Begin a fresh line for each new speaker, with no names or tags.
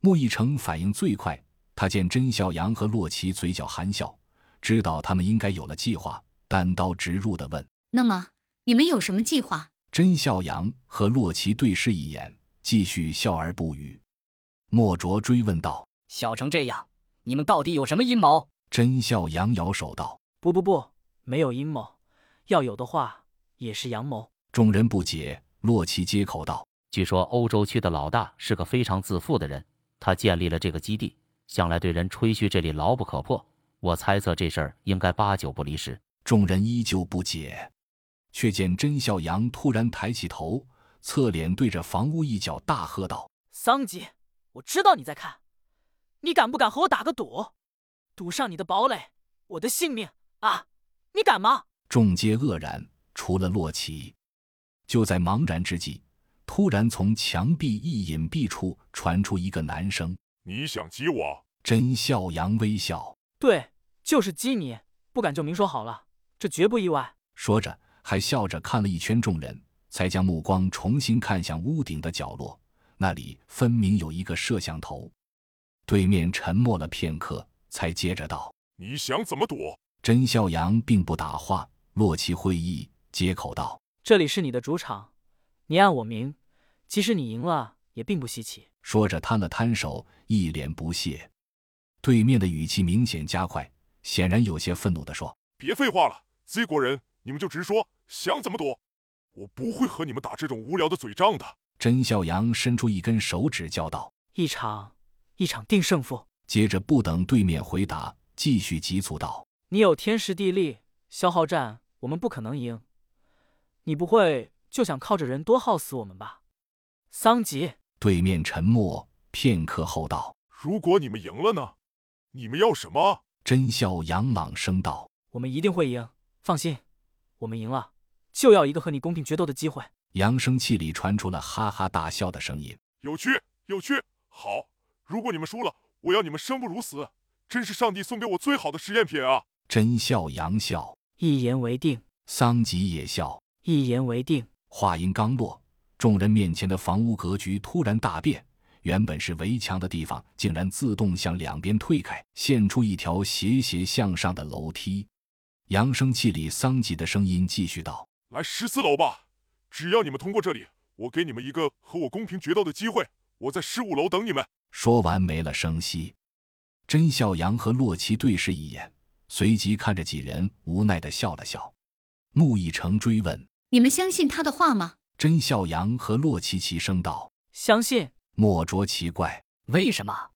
莫一成反应最快，他见甄小羊和洛奇嘴角含笑，知道他们应该有了计划，单刀直入地问。
那么你们有什么计划？
甄笑阳和洛奇对视一眼，继续笑而不语。莫卓追问道
小成这样，你们到底有什么阴谋？：“
甄笑阳摇手道
不不不，没有阴谋，要有的话也是阳谋。？”
众人不解，洛奇接口道
据说欧洲区的老大是个非常自负的人，他建立了这个基地，向来对人吹嘘这里牢不可破。我猜测这事儿应该八九不离十。：“
众人依旧不解。”却见甄笑阳突然抬起头，侧脸对着房屋一角大喝道
桑吉，我知道你在看，你敢不敢和我打个赌？赌上你的堡垒，我的性命啊！你敢吗？：“
众皆愕然，除了洛奇。”就在茫然之际，突然从墙壁一隐蔽处传出一个男声。
你想激我？
甄笑阳微笑，
对，就是激你，不敢就明说好了，这绝不意外。
说着还笑着看了一圈众人，才将目光重新看向屋顶的角落，那里分明有一个摄像头。对面沉默了片刻，才接着道
你想怎么赌？：“
甄笑阳并不打话，洛奇会意，接口道。
这里是你的主场，你按我名，即使你赢了也并不稀奇。”
说着摊了摊手，一脸不屑。对面的语气明显加快，显然有些愤怒地说
别废话了，Z 国人，你们就直说，想怎么赌？我不会和你们打这种无聊的嘴仗的。：“
甄笑阳伸出一根手指，叫道。”
一场，一场定胜负。
接着不等对面回答，继续急促道。
你有天时地利，消耗战我们不可能赢。你不会就想靠着人多耗死我们吧？桑吉，
对面沉默片刻后道
如果你们赢了呢？你们要什么？：“
甄笑阳朗声道。
我们一定会赢，放心，我们赢了就要一个和你公平决斗的机会。”
扬声器里传出了哈哈大笑的声音。
有趣，有趣。好，如果你们输了，我要你们生不如死，真是上帝送给我最好的实验品啊！
甄笑阳笑，
一言为定，
桑吉也笑。
一言为定。
话音刚落，众人面前的房屋格局突然大变，原本是围墙的地方竟然自动向两边退开，现出一条斜斜向上的楼梯。扬声器里桑吉的声音继续道。
来十四楼吧，只要你们通过这里，我给你们一个和我公平决斗的机会。我在十五楼等你们。
说完没了声息。甄笑阳和洛奇对视一眼，随即看着几人，无奈的笑了笑。穆一成追问
你们相信他的话吗？
甄笑阳和洛奇齐声道
相信，：“
莫卓奇怪。
为什么？